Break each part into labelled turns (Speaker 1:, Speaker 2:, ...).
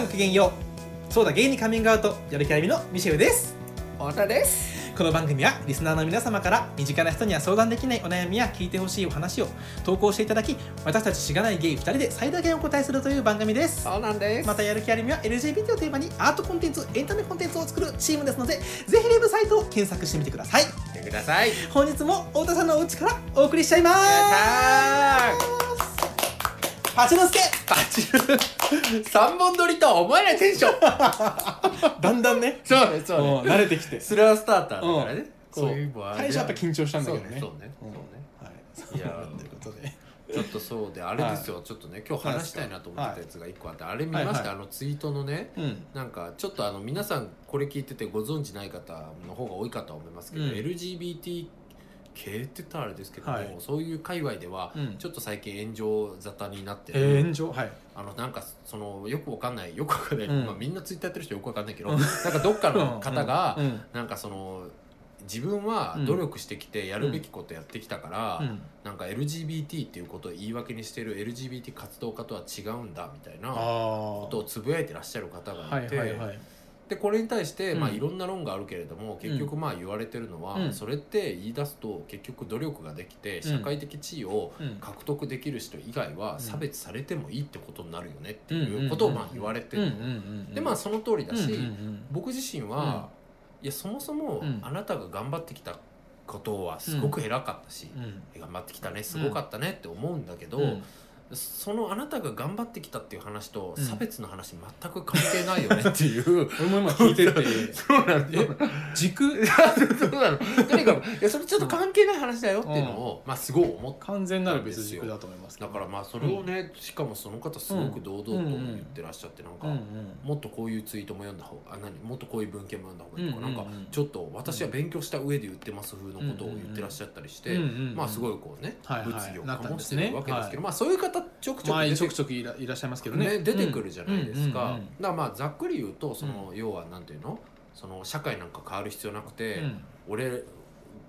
Speaker 1: ごきげんようそうだ芸にカミングアウトやる気ありみのミシェルです
Speaker 2: 太田です
Speaker 1: この番組はリスナーの皆様から身近な人には相談できないお悩みや聞いてほしいお話を投稿していただき私たちしがないゲイ2人で最大限お答えするという番組です
Speaker 2: そうなんです
Speaker 1: またやる気ありみは LGBT をテーマにアートコンテンツエンタメコンテンツを作るチームですのでぜひウェブサイトを検索してみてくださ い
Speaker 2: てくださいやっ
Speaker 1: 本日も太田さんのお家からお送りしちゃいますパチのすけ
Speaker 2: たーパチ三本撮りとは思えないテ ンション
Speaker 1: だんだんね
Speaker 2: そうね そう
Speaker 1: もう
Speaker 2: ね
Speaker 1: 慣れてきて
Speaker 2: スラースターターだからね
Speaker 1: そう
Speaker 2: そういうのもある
Speaker 1: 最初やっぱ緊張したんだけどね
Speaker 2: そうねそうね
Speaker 1: はい
Speaker 2: いやー
Speaker 1: ということで
Speaker 2: そうねちょっとそうであれですよちょっとね今日話したいなと思ってたやつが一個あってあれ見ま
Speaker 1: はい
Speaker 2: し
Speaker 1: はい
Speaker 2: たあのツイートのね
Speaker 1: うん
Speaker 2: なんかちょっとあの皆さんこれ聞いててご存知ない方の方が多いかとは思いますけど、
Speaker 1: うん
Speaker 2: LGBT 系って言ったらあれですけども、
Speaker 1: はい
Speaker 2: そういう界隈では
Speaker 1: うん
Speaker 2: ちょっと最近炎上沙汰になってる、
Speaker 1: えー炎上はい
Speaker 2: あのなんかそのよくわかんないよくわかんない、
Speaker 1: うん
Speaker 2: まあ、みんなツイッターやってる人よくわかんないけど、なんかどっかの方が、
Speaker 1: うんうん
Speaker 2: なんかその自分は努力してきてやるべきことやってきたから、
Speaker 1: うん
Speaker 2: なんか LGBT っていうことを言い訳にしてる LGBT 活動家とは違うんだみたい
Speaker 1: あ
Speaker 2: なこ
Speaker 1: あ
Speaker 2: とをつぶやいてらっしゃる方が
Speaker 1: はいい
Speaker 2: て。
Speaker 1: はいはい
Speaker 2: でこれに対して、
Speaker 1: うん
Speaker 2: まあ、いろんな論があるけれども結局まあ言われてるのは、
Speaker 1: うん
Speaker 2: それって言い出すと結局努力ができて社会的地位を
Speaker 1: うん
Speaker 2: 獲得できる人以外
Speaker 1: う
Speaker 2: は
Speaker 1: ん
Speaker 2: 差別されてもいいってことになるよねって
Speaker 1: うんうん
Speaker 2: いううんことをまあ言われてる、でまあその通りだし、
Speaker 1: うんうん
Speaker 2: 僕自身は、いやそもそも
Speaker 1: うん
Speaker 2: あなたが頑張ってきたことはすごく偉かったし、
Speaker 1: うんうん
Speaker 2: 頑張ってきたねすごかったねって思うんだけど、
Speaker 1: うん
Speaker 2: そのあなたが頑張ってきたっていう話と
Speaker 1: うん
Speaker 2: 差別の話全く関係ないよねっていう。
Speaker 1: 俺も今聞いてて
Speaker 2: そうなんだ
Speaker 1: え軸
Speaker 2: そうなの とにかくいやそれちょっと関係ない話だよっていうのを、まあすごい思った
Speaker 1: 完全なる別軸だと思いますけ
Speaker 2: だ
Speaker 1: ど
Speaker 2: からまあそれをね、しかもその方すごく堂々と言ってらっしゃってなんか、
Speaker 1: うんうん
Speaker 2: もっとこういうツイートも読んだ方あ何もっとこういう文献も読んだ方がいいとか、
Speaker 1: うんうんう
Speaker 2: なんんかちょっと私は勉強した上で言ってます風のことを言ってらっしゃったりして、
Speaker 1: うんうんうん
Speaker 2: まあすごいこうね、
Speaker 1: はいはい
Speaker 2: 物議を
Speaker 1: なったん
Speaker 2: 醸
Speaker 1: で
Speaker 2: し
Speaker 1: す
Speaker 2: て
Speaker 1: ね
Speaker 2: るわけですけどまあそういう方ちょくちょく
Speaker 1: 前
Speaker 2: 出
Speaker 1: にちょ
Speaker 2: て
Speaker 1: くちょくいらいらっしゃいますけど
Speaker 2: ね
Speaker 1: ね
Speaker 2: 出てくるじゃないですか、
Speaker 1: うんうんうんうん
Speaker 2: だからまあざっくり言うとその、要はなんていうのその社会なんか変わる必要なくて、
Speaker 1: うん
Speaker 2: 俺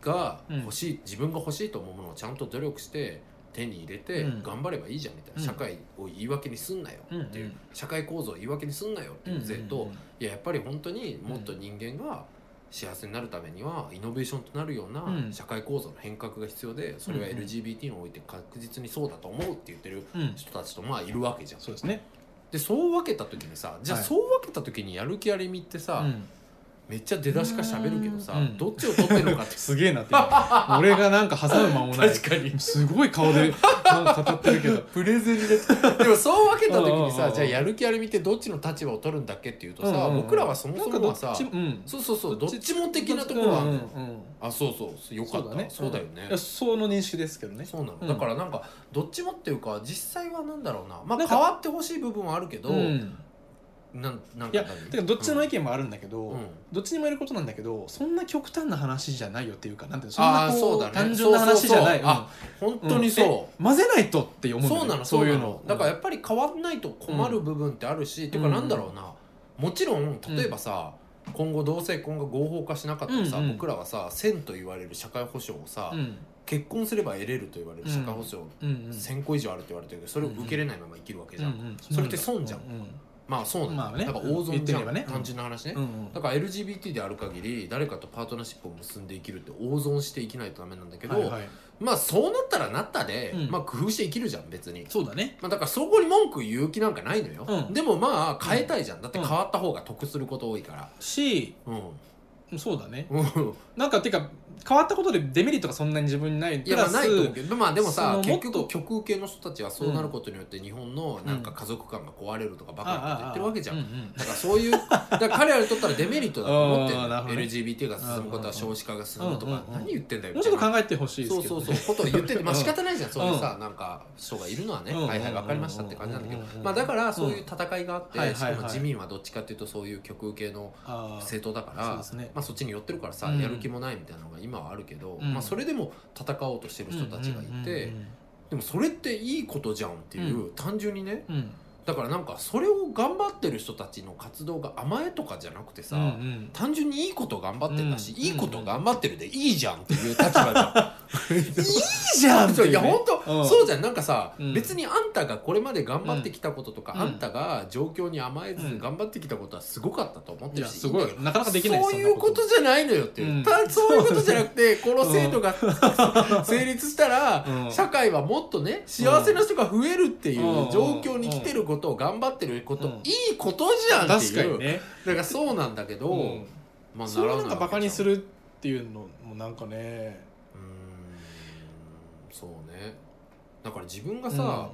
Speaker 2: が欲しい、自分が欲しいと思うものをちゃんと努力して手に入れて
Speaker 1: うん
Speaker 2: 頑張ればいいじゃんみたいな、
Speaker 1: うん
Speaker 2: 社会を言い訳にすんなよっていう、
Speaker 1: うんうん
Speaker 2: 社会構造を言い訳にすんなよっていう税と、いややっぱり本当にもっと人間が幸せになるためにはイノベーションとなるような
Speaker 1: うん
Speaker 2: 社会構造の変革が必要でそれは
Speaker 1: うんうん
Speaker 2: LGBT において確実にそうだと思うって言ってる
Speaker 1: うんうん
Speaker 2: 人たちとまあいるわけじゃん。
Speaker 1: そうですね
Speaker 2: でそう分けた時にさじゃあ
Speaker 1: はい
Speaker 2: そう分けた時にやる気ありみってさ、
Speaker 1: うん
Speaker 2: めっちゃ出だしか喋るけどさ、
Speaker 1: うん
Speaker 2: どっちを取ってるのかって
Speaker 1: すげえなって 今俺がなんか挟む間もない
Speaker 2: 確かに
Speaker 1: すごい顔でなんか語ってるけど
Speaker 2: プレゼン ででもそう分けた時に
Speaker 1: うんうんう
Speaker 2: さ
Speaker 1: ん
Speaker 2: じゃあやる気あるみってどっちの立場を取るんだっけっていうとさ、
Speaker 1: うんうんうん
Speaker 2: 僕らはそもそもはさ
Speaker 1: なんかどっちうん
Speaker 2: そうそうそうどっちも的なところはあるのよ、
Speaker 1: うんうんうん
Speaker 2: あそうそうよかったそうだ,、よ
Speaker 1: うん
Speaker 2: ね
Speaker 1: いやその認識ですけどね
Speaker 2: そうなの、
Speaker 1: うん
Speaker 2: だからなんかどっちもっていうか実際はなんだろうなま
Speaker 1: な
Speaker 2: あ
Speaker 1: んか
Speaker 2: 変わってほしい部分はあるけど、
Speaker 1: うん
Speaker 2: なんなん
Speaker 1: い
Speaker 2: か
Speaker 1: やてかどっちの意見もあるんだけど、
Speaker 2: うんうん
Speaker 1: どっちにもいることなんだけどそんな極端な話じゃないよっていうかなんていうのそん
Speaker 2: あ
Speaker 1: な
Speaker 2: あー
Speaker 1: こ
Speaker 2: そううだね
Speaker 1: 単純な話じゃない
Speaker 2: そうそうそうあ本当にそう、
Speaker 1: うんえ混ぜないとって思うんだよ
Speaker 2: そうなの
Speaker 1: そういう
Speaker 2: な
Speaker 1: の
Speaker 2: だからやっぱり変わんないと困る部分ってあるし、ていうかなんだろうなもちろん例えばさ、今後同性婚が合法化しなかったらさ、
Speaker 1: うんうん
Speaker 2: 僕らはさ1000と言われる社会保障をさ、
Speaker 1: うん
Speaker 2: 結婚すれば得れると言われる社会保障、
Speaker 1: うんうん
Speaker 2: 1000個以上あると言われてるけどそれを受けれないまま生きるわけじゃん、
Speaker 1: うんうん
Speaker 2: それって損じゃん
Speaker 1: う
Speaker 2: まあそうなの、
Speaker 1: まあね
Speaker 2: だから大損じゃん、
Speaker 1: 言ってみればねうん
Speaker 2: 単純な話ね、
Speaker 1: うんうん
Speaker 2: だから LGBT である限り誰かとパートナーシップを結んで生きるって大損して生きないとダメなんだけど、
Speaker 1: はいはい
Speaker 2: まあそうなったらなったで、
Speaker 1: うん
Speaker 2: まあ工夫して生きるじゃん別に
Speaker 1: そうだね
Speaker 2: まあ、だからそこに文句言う気なんかないのよ、
Speaker 1: うん
Speaker 2: でもまあ変えたいじゃん、だって変わった方が得すること多いから
Speaker 1: し
Speaker 2: うん、
Speaker 1: そうだね
Speaker 2: うん、
Speaker 1: なんかてか変わったことでデメリットがそんなに自分にない
Speaker 2: い
Speaker 1: プ
Speaker 2: やま
Speaker 1: ラ
Speaker 2: あ
Speaker 1: ス
Speaker 2: ないと思うけどまあでも
Speaker 1: そ
Speaker 2: さ
Speaker 1: のもっ
Speaker 2: 結
Speaker 1: と
Speaker 2: 局極右系の人たちはそうなることによって日本のなんか家族感が壊れるとかバカなこと言ってるわけじゃん、
Speaker 1: ああああううん
Speaker 2: だからそういうだから彼らにとったらデメリットだと思ってる
Speaker 1: あーなるほどね
Speaker 2: LGBT が進むことは少子化が進むと
Speaker 1: うんうん
Speaker 2: か
Speaker 1: うん
Speaker 2: 何言ってんだよ
Speaker 1: もうちょっと
Speaker 2: み
Speaker 1: 考えてほしたい
Speaker 2: い
Speaker 1: で
Speaker 2: な
Speaker 1: す
Speaker 2: そう
Speaker 1: けど
Speaker 2: そう
Speaker 1: ね
Speaker 2: そうことを言っててまあ仕方ないじゃんそういうさ
Speaker 1: う
Speaker 2: なんか人がいるのはね
Speaker 1: うん
Speaker 2: はいはい分かりましたって感じなんだけど
Speaker 1: うん
Speaker 2: まあだからそういう戦いがあっ
Speaker 1: はい
Speaker 2: てし
Speaker 1: はいは
Speaker 2: か
Speaker 1: い
Speaker 2: も自民はどっちかっていうとそういう極右系の
Speaker 1: ああ
Speaker 2: 政党だか
Speaker 1: そう
Speaker 2: ら
Speaker 1: ですね
Speaker 2: まあ、そっちに寄ってるからさ、
Speaker 1: うん
Speaker 2: やる気もないみたいなのが今はあるけど、
Speaker 1: うん
Speaker 2: まあ、それでも戦おうとしてる人たちがいて、でもそれっていいことじゃんっていう、単純にね
Speaker 1: うんうんうんうん
Speaker 2: だからなんかそれを頑張ってる人たちの活動が甘えとかじゃなくてさ、
Speaker 1: うんうん
Speaker 2: 単純にいいこと頑張ってたし、
Speaker 1: うん
Speaker 2: いいこと頑張ってるでいいじゃんっていう立場じゃ
Speaker 1: じゃんっ
Speaker 2: ん
Speaker 1: て
Speaker 2: そう
Speaker 1: いう
Speaker 2: い
Speaker 1: ね
Speaker 2: や本当、
Speaker 1: うん
Speaker 2: そうじゃんなんかさ、
Speaker 1: うん
Speaker 2: 別にあんたがこれまで頑張ってきたこととか、
Speaker 1: うん
Speaker 2: あんたが状況に甘え
Speaker 1: う
Speaker 2: ず
Speaker 1: ん
Speaker 2: 頑張ってきたことはすごかったと思ってる
Speaker 1: いや
Speaker 2: し、
Speaker 1: すごい
Speaker 2: んだけど
Speaker 1: なかなかできない
Speaker 2: そういう
Speaker 1: そんなこ
Speaker 2: こととじゃないのよっていう、
Speaker 1: うん
Speaker 2: たそういうことじゃなくてこの制度が成立したら、
Speaker 1: うん
Speaker 2: 社会はもっとね幸せな人が増えるっていう
Speaker 1: うん
Speaker 2: 状況に来てることを頑張ってること、
Speaker 1: うん
Speaker 2: いいことじゃんってい
Speaker 1: 確か
Speaker 2: う
Speaker 1: にね、
Speaker 2: だからそうなんだけど、
Speaker 1: うん、
Speaker 2: まあ
Speaker 1: それをなんか
Speaker 2: バ
Speaker 1: バカにす
Speaker 2: る
Speaker 1: るっていうのもなんかね
Speaker 2: うんそうねだから自分がさ、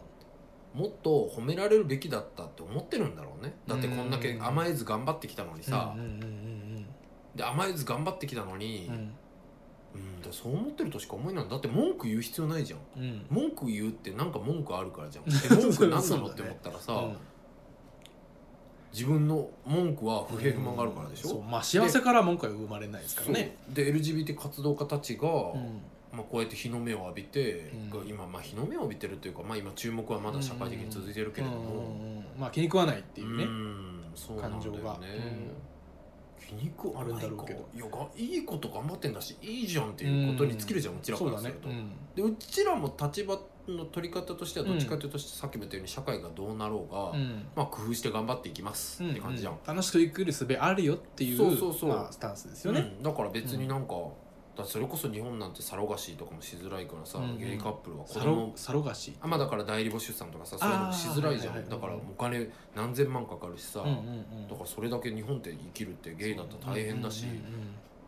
Speaker 2: もっと褒められるべきだったって思ってるんだろうねだってこんだけ甘えず頑張ってきたのに
Speaker 1: うん、
Speaker 2: さ、
Speaker 1: うんうんうん
Speaker 2: で甘えず頑張ってきたのに、
Speaker 1: う
Speaker 2: うん
Speaker 1: ん
Speaker 2: だからそう思ってるとしか思えないだって文句言う必要ないじゃん
Speaker 1: うんうん
Speaker 2: 文句言うってなんか文句あるからじゃん
Speaker 1: そう
Speaker 2: で文句何
Speaker 1: そう
Speaker 2: なの
Speaker 1: だね
Speaker 2: って思ったらさ、
Speaker 1: うん
Speaker 2: 自分の文句は不平不満があるからでしょ、
Speaker 1: そうまあ幸せから文句は生まれないですからね
Speaker 2: そうで LGBT 活動家たちが、
Speaker 1: うん
Speaker 2: まあ、こうやって日の目を浴びて、
Speaker 1: うん
Speaker 2: 今、まあ、日の目を浴びてるというか、まあ、今注目はまだ社会的に続いてるけれども、
Speaker 1: うんうんうんまあ気に食わないっていうね、
Speaker 2: んそうなんだよね
Speaker 1: 感情がうん
Speaker 2: 気に食わないか
Speaker 1: あるんだろうけど
Speaker 2: いやがいいこと頑張ってんだしいいじゃんっていうことに尽きるじゃん、うちらか
Speaker 1: そう
Speaker 2: ら
Speaker 1: だ
Speaker 2: す
Speaker 1: ね
Speaker 2: ると
Speaker 1: う
Speaker 2: う,、
Speaker 1: ん
Speaker 2: でうちらも立場の取り方としてはどっちかというと、さっきも言ったように社会がどうなろうが、
Speaker 1: うん
Speaker 2: まあ工夫して頑張っていきますって感じじゃん、
Speaker 1: うう楽しく生きる術あるよっていう
Speaker 2: そうそうそう
Speaker 1: まあ、スタンスですよね、
Speaker 2: うんだから別になんか、だそれこそ日本なんてサロガシーとかもしづらいからさ、
Speaker 1: うん
Speaker 2: ゲイカップルは子
Speaker 1: サロ
Speaker 2: 供
Speaker 1: サロガシ
Speaker 2: あまあだから代理母出産とかさそういうのもしづらいじゃん、
Speaker 1: あーはいはいはい
Speaker 2: だからお金何千万かかるしさ、
Speaker 1: うんうんうん
Speaker 2: だからそれだけ日本って生きるってゲイだったら大変だし
Speaker 1: うんうん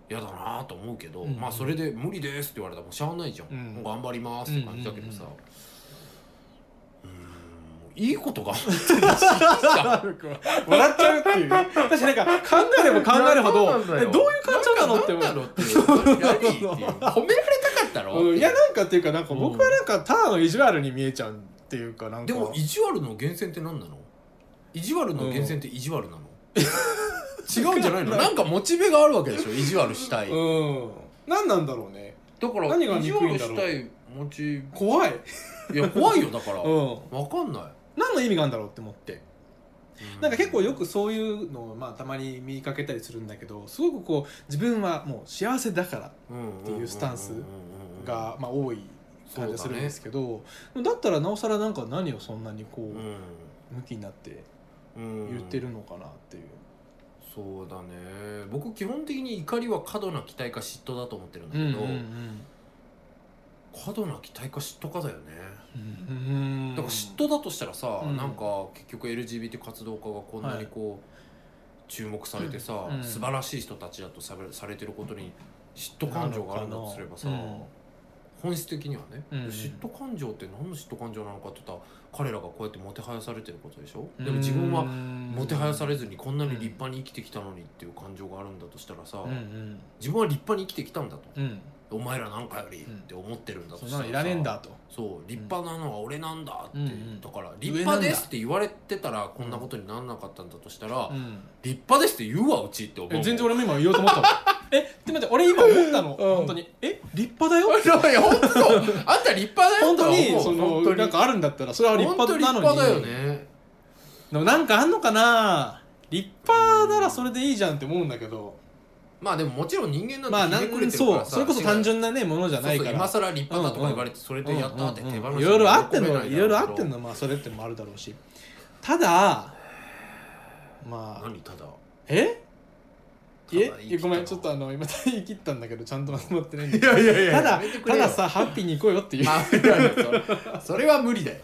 Speaker 2: 嫌だなと思うけど、
Speaker 1: うん
Speaker 2: まあそれで「無理です」って言われたらもうしゃあないじゃん、
Speaker 1: うん
Speaker 2: もう頑張りますって感じだけどさうーんいいことが
Speaker 1: うん笑っちゃうっていうね私なんか考えれば考えるほど
Speaker 2: いやそうなんだよ
Speaker 1: えどういう感情なのって思
Speaker 2: なん
Speaker 1: う
Speaker 2: だろうっていう何何っていう褒められたかったろ
Speaker 1: うんいやなんかっていうかなんか
Speaker 2: うん
Speaker 1: 僕はなんかただの意地悪に見えちゃうっていうかなんか
Speaker 2: でも意地悪の源泉って何なの意地悪の源泉って意地悪なの、違うんじ ゃないのなんかモチベがあるわけでしょ意地悪したい、だ
Speaker 1: うん何なんだろうね
Speaker 2: から
Speaker 1: 何が
Speaker 2: 意地
Speaker 1: 憎いん
Speaker 2: 悪
Speaker 1: だろう
Speaker 2: したいモチ
Speaker 1: 怖い、
Speaker 2: ベいや怖いよだから、
Speaker 1: うん、
Speaker 2: わかんない、
Speaker 1: 何の意味があるんだろうって思ってなんか結構よくそういうのをまあたまに見かけたりするんだけどすごくこう自分はもう幸せだから
Speaker 2: って
Speaker 1: いうスタンスがまあ多い感じがするんですけどだ,、ったらなおさらなんか何をそんなにこう向きになって言ってるのかなっていう、
Speaker 2: そうだね僕基本的に怒りは過度な期待か嫉妬だと思ってるんだけど、過度な期待か嫉妬かだよねだから嫉妬だとしたらさ、
Speaker 1: うん
Speaker 2: なんか結局 LGBT 活動家がこんなにこう、注目されてさ、
Speaker 1: うん
Speaker 2: 素晴らしい人たちだとされされてることに嫉妬感情があるんだとすればさ、
Speaker 1: なのかな
Speaker 2: 本質的にはね、
Speaker 1: うん
Speaker 2: 嫉妬感情って何の嫉妬感情なのかって言ったら彼らがこうやってもてはやされてることでしょ、でも自分はもてはやされずにこんなに立派に生きてきたのにっていう感情があるんだとしたらさ、
Speaker 1: うんうん
Speaker 2: 自分は立派に生きてきたんだと、
Speaker 1: うん
Speaker 2: お前らなんかよりって思ってるんだと
Speaker 1: そ
Speaker 2: し
Speaker 1: ん
Speaker 2: た
Speaker 1: な
Speaker 2: ら
Speaker 1: の
Speaker 2: さ
Speaker 1: いらねえんだと
Speaker 2: そう立派なのは俺なんだって、
Speaker 1: うんうん
Speaker 2: だから立派ですって言われてたらこんなことにならなかったんだとしたら、
Speaker 1: うん
Speaker 2: 立派ですって言うわうちって思う
Speaker 1: え全然俺も今言おうと思った のえって待って俺今思ったの、
Speaker 2: うん
Speaker 1: 本当にえ立派だ よ
Speaker 2: いや本当そうあんた立派だよ
Speaker 1: 本当に
Speaker 2: と
Speaker 1: そ
Speaker 2: 思う
Speaker 1: の
Speaker 2: 本当に
Speaker 1: なんかあるんだったらそれは立派なのに
Speaker 2: 本当立派だよね
Speaker 1: でもなんかあんのかな立派ならそれでいいじゃんって思うんだけど
Speaker 2: まあでももちろん人間
Speaker 1: ま
Speaker 2: な
Speaker 1: あ
Speaker 2: んて
Speaker 1: な
Speaker 2: ひねくれ
Speaker 1: ん
Speaker 2: てるか
Speaker 1: そう
Speaker 2: らさ
Speaker 1: それこそ単純なねものじ
Speaker 2: じ
Speaker 1: ゃないから
Speaker 2: 今更立派だとか言われてそれでやったって手放し
Speaker 1: いろいろあってん
Speaker 2: 喜べ
Speaker 1: の
Speaker 2: ないだ
Speaker 1: ろいろ
Speaker 2: う
Speaker 1: あ
Speaker 2: けど
Speaker 1: ってんのまあそれってのもあるだろうしただまあ
Speaker 2: 何ただ
Speaker 1: え
Speaker 2: ただ
Speaker 1: え
Speaker 2: 生き
Speaker 1: いや
Speaker 2: た
Speaker 1: ご
Speaker 2: の
Speaker 1: めんちょっとあの今言い切ったんだけどちゃんとまとまってないんだ
Speaker 2: い
Speaker 1: けど
Speaker 2: やいやいや
Speaker 1: ただ
Speaker 2: やめてく
Speaker 1: た
Speaker 2: れよ
Speaker 1: ださハッピーに行こうよっていう
Speaker 2: あいやいやそれそれは 無理だよ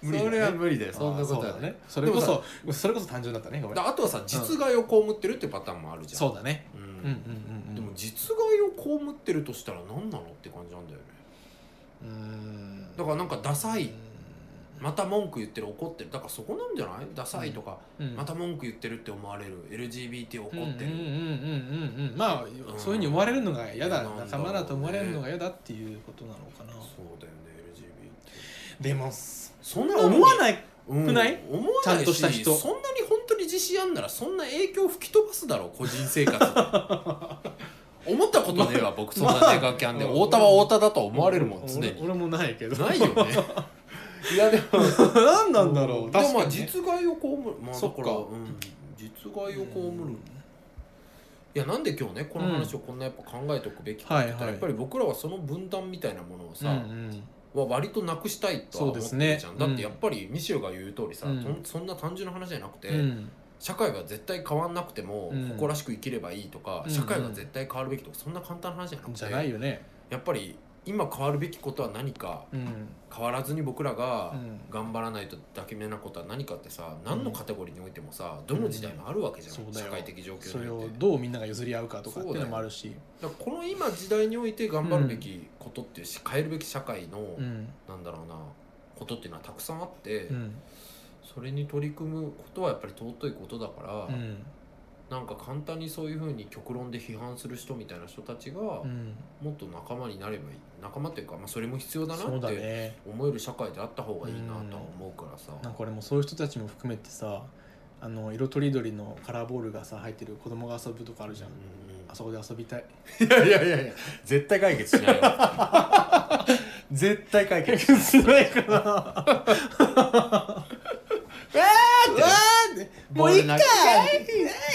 Speaker 1: 無理だね
Speaker 2: それは無理だよそんな
Speaker 1: あー
Speaker 2: こ
Speaker 1: そ
Speaker 2: と
Speaker 1: う
Speaker 2: は
Speaker 1: だね
Speaker 2: ね
Speaker 1: それこ
Speaker 2: で
Speaker 1: そそれこそ単純だったねごめん
Speaker 2: だあとはさ実害を被ってるってパターンもあるじゃん
Speaker 1: そうだね
Speaker 2: う
Speaker 1: うんうん
Speaker 2: ん
Speaker 1: うんうん
Speaker 2: でも実害を被ってるとしたら何なのって感じなんだよね
Speaker 1: うーん
Speaker 2: だからなんかダサいまた文句言ってる怒ってるだからそこなんじゃないダサいとか、
Speaker 1: うん
Speaker 2: また文句言ってるって思われる LGBT 怒
Speaker 1: うんうんうん
Speaker 2: っ
Speaker 1: うん
Speaker 2: てる、
Speaker 1: うんうんまあそういうふうに思われるのが嫌だ
Speaker 2: うん
Speaker 1: 仲間だと思われるのが嫌だっていうことなのかな
Speaker 2: そうだよね LGBT
Speaker 1: でもそ
Speaker 2: そん
Speaker 1: ん
Speaker 2: な
Speaker 1: な
Speaker 2: のに
Speaker 1: 思わない
Speaker 2: うん
Speaker 1: くない
Speaker 2: 思わない
Speaker 1: ちゃんとした人
Speaker 2: そんなに本当に自信あんならそんな影響吹き飛ばす だろう個人生活思ったことね えわ僕そんなネガキャンで、
Speaker 1: まあ
Speaker 2: 太田は太田だと思われるもん常
Speaker 1: 俺
Speaker 2: に
Speaker 1: 俺もないけど
Speaker 2: ないよねいやでも
Speaker 1: 何なんだろう
Speaker 2: でも
Speaker 1: 確か
Speaker 2: まあ
Speaker 1: にね
Speaker 2: 実害を被るまあだ
Speaker 1: そ
Speaker 2: か
Speaker 1: っから
Speaker 2: うん実害を被るいやなんで今日ねこの話をこんなやっぱ考えておくべきかって言った
Speaker 1: はいは
Speaker 2: ら
Speaker 1: い
Speaker 2: やっぱり僕らはその分断みたいなものをさ、
Speaker 1: うんうん
Speaker 2: は割となくしたいとは思って
Speaker 1: そう
Speaker 2: る
Speaker 1: で
Speaker 2: じ
Speaker 1: す
Speaker 2: ゃん、
Speaker 1: ね
Speaker 2: だってやっぱりミシェルが言う通りさ、
Speaker 1: うん
Speaker 2: とんそんな単純な話じゃなくて、
Speaker 1: うん
Speaker 2: 社会が絶対変わんなくても
Speaker 1: うん
Speaker 2: 誇らしく生きればいいとか、
Speaker 1: うん
Speaker 2: 社会が絶対変わるべきとかそんな簡単な話じゃなくて
Speaker 1: じゃないよね。
Speaker 2: やっぱり今変わるべきことは何か
Speaker 1: うん
Speaker 2: 変わらずに僕らが
Speaker 1: うん
Speaker 2: 頑張らないとだけめなことは何かってさ何のカテゴリーにおいてもさどの時代もあるわけじゃん、
Speaker 1: うんそうだ
Speaker 2: 社
Speaker 1: よ
Speaker 2: 会的状況
Speaker 1: そ
Speaker 2: に
Speaker 1: れ
Speaker 2: おい
Speaker 1: を
Speaker 2: て。
Speaker 1: どうみんなが譲り合うかとかっていうのもあるし。
Speaker 2: だからこの今時代において頑張るべきことっていうし、変えるべき社会の、
Speaker 1: うん
Speaker 2: なんだろうなことっていうのはたくさんあって、
Speaker 1: うん
Speaker 2: それに取り組むことはやっぱり尊いことだから、
Speaker 1: うん
Speaker 2: なんか簡単にそういうふうに極論で批判する人みたいな人たちが、
Speaker 1: うん
Speaker 2: もっと仲間になればいい仲間っていうか、まあ、それも必要だな
Speaker 1: そう
Speaker 2: っ
Speaker 1: だ
Speaker 2: て
Speaker 1: ね。
Speaker 2: 思える社会であった方がいいなとは思うからさ、
Speaker 1: なんか俺もそういう人たちも含めてさあの色とりどりのカラーボールがさ入ってる子供が遊ぶとかあるじゃん、あそこで遊びたい
Speaker 2: いやいやいやいや絶対解決しないよ絶対解決
Speaker 1: つらいかなわーわーってもういいか
Speaker 2: ボール投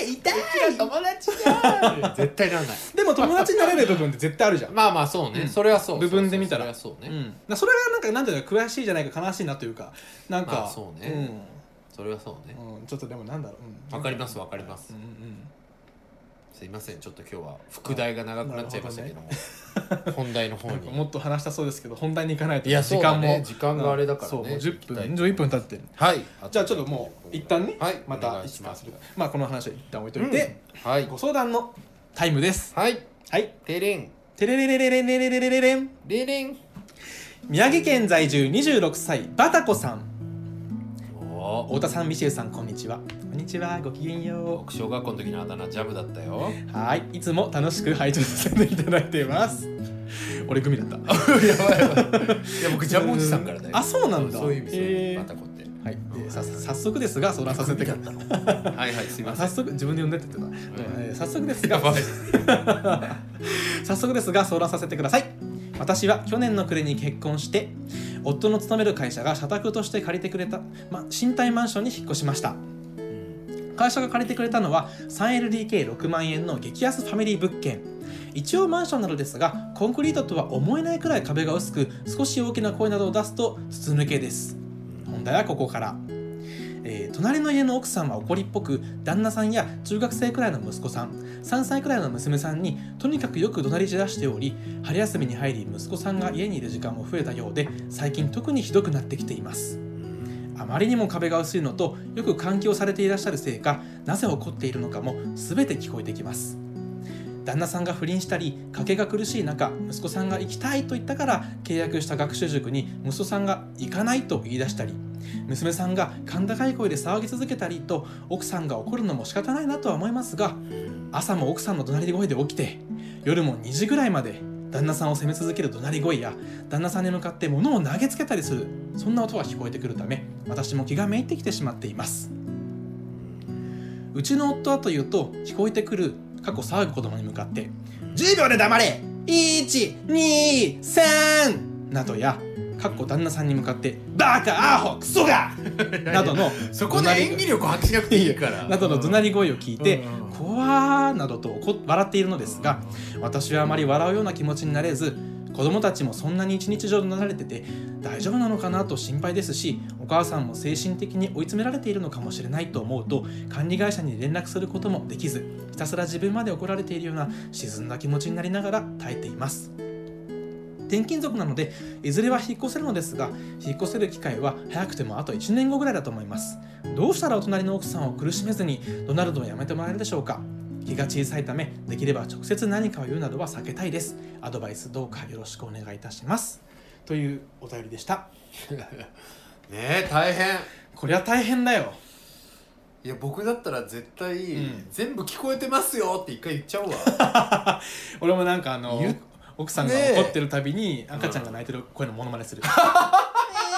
Speaker 2: げ
Speaker 1: い痛い
Speaker 2: 友達だ 絶対なら ない
Speaker 1: でも友達になれる部分って絶対あるじゃん、
Speaker 2: まあまあそうね、
Speaker 1: うん
Speaker 2: それはそう
Speaker 1: 部分で見たら
Speaker 2: そうそうそれはそ
Speaker 1: う
Speaker 2: うね、
Speaker 1: ん、なそれがなんかなんていうのか悔しいじゃないか悲しいなというかなんか、
Speaker 2: まあそうねそれはそうね
Speaker 1: うん、うん、ちょっとでもなんだろう
Speaker 2: わかります
Speaker 1: わ
Speaker 2: わかります
Speaker 1: うんうん
Speaker 2: すいませんちょっと今日は副題が長くなっちゃいましたけども本題の方
Speaker 1: なんかも
Speaker 2: に
Speaker 1: っと話したそうですけど本題に行かないと
Speaker 2: いや
Speaker 1: 時
Speaker 2: そうだ
Speaker 1: 間も、
Speaker 2: ね時間があれだからね
Speaker 1: そうもう
Speaker 2: 行
Speaker 1: 10
Speaker 2: きたい
Speaker 1: 分11分経ってる
Speaker 2: はい
Speaker 1: じゃあちょっともう一旦ね
Speaker 2: はい
Speaker 1: ま
Speaker 2: お
Speaker 1: た
Speaker 2: 願い
Speaker 1: い
Speaker 2: し
Speaker 1: つ
Speaker 2: ま
Speaker 1: か
Speaker 2: す
Speaker 1: するまあこの話は一旦置いとい
Speaker 2: で
Speaker 1: て、
Speaker 2: はい
Speaker 1: ご相談のタイムです
Speaker 2: はい
Speaker 1: はい
Speaker 2: てれん
Speaker 1: テレレレレレレレレレレレン
Speaker 2: れれん
Speaker 1: 宮城県在住26歳バタコさん
Speaker 2: お
Speaker 1: 太田さんミシェルさんこんにちはこんにちはごきげんよ
Speaker 2: 僕小学校の時のあだ名ジャムだったよ
Speaker 1: うはいいつも楽しく配置させていただいています俺組だった
Speaker 2: やばいやばいいや僕ジャムおじさんからだよ
Speaker 1: あそうなんだ
Speaker 2: そういう意味そういう意
Speaker 1: へ
Speaker 2: 味
Speaker 1: ー
Speaker 2: バタコって
Speaker 1: はいでさ早速ですが相談させてください
Speaker 2: はいはいすいません
Speaker 1: 早速自分で呼んでって言ってた、
Speaker 2: うん
Speaker 1: えー早速です
Speaker 2: や
Speaker 1: が
Speaker 2: ばい
Speaker 1: 早速ですが相談させてください私は去年の暮れに結婚して夫の勤める会社が社宅として借りてくれた、ま、賃貸マンションに引っ越しました会社が借りてくれたのは 3LDK6 万円の激安ファミリー物件一応マンションなのですがコンクリートとは思えないくらい壁が薄く少し大きな声などを出すと筒抜けです本題はここから、えー隣の家の奥さんは怒りっぽく旦那さんや中学生くらいの息子さん3歳くらいの娘さんにとにかくよく怒鳴り散らしており春休みに入り息子さんが家にいる時間も増えたようで最近特にひどくなってきていますあまりにも壁が薄いのとよく換気をされていらっしゃるせいかなぜ怒っているのかも全て聞こえてきます旦那さんが不倫したり家計が苦しい中息子さんが行きたいと言ったから契約した学習塾に息子さんが行かないと言い出したり娘さんが甲高い声で騒ぎ続けたりと奥さんが怒るのも仕方ないなとは思いますが朝も奥さんの怒鳴り声で起きて夜も2時ぐらいまで旦那さんを責め続ける怒鳴り声や旦那さんに向かって物を投げつけたりするそんな音が聞こえてくるため私も気がめいてきてしまっていますうちの夫はというと聞こえてくる過去騒ぐ子供に向かって10秒で黙れ123などやかっこ旦那さんに向かってバカアホクソが などの
Speaker 2: そこで演技力発揮しなくていいから
Speaker 1: などの怒鳴
Speaker 2: り
Speaker 1: り声を聞いて怖ーなどと怒笑っているのですが私はあまり笑うような気持ちになれず子供たちもそんなに一日上慣れてて大丈夫なのかなと心配ですしお母さんも精神的に追い詰められているのかもしれないと思うと管理会社に連絡することもできずひたすら自分まで怒られているような沈んだ気持ちになりながら耐えています転勤族なのでいずれは引っ越せるのですが引っ越せる機会は早くてもあと1年後ぐらいだと思いますどうしたらお隣の奥さんを苦しめずにドナルドをやめてもらえるでしょうか気が小さいためできれば直接何かを言うなどは避けたいですアドバイスどうかよろしくお願いいたしますというお便りでした
Speaker 2: ねえ大変
Speaker 1: こりゃ大変だよ
Speaker 2: いや僕だったら絶対
Speaker 1: うん
Speaker 2: 全部聞こえてますよって一回言っちゃ うわ
Speaker 1: 俺もなんかあの
Speaker 2: 言う
Speaker 1: 奥さんが
Speaker 2: ねえ
Speaker 1: 怒ってるたびに赤ちゃんが泣いてる声のモノマネする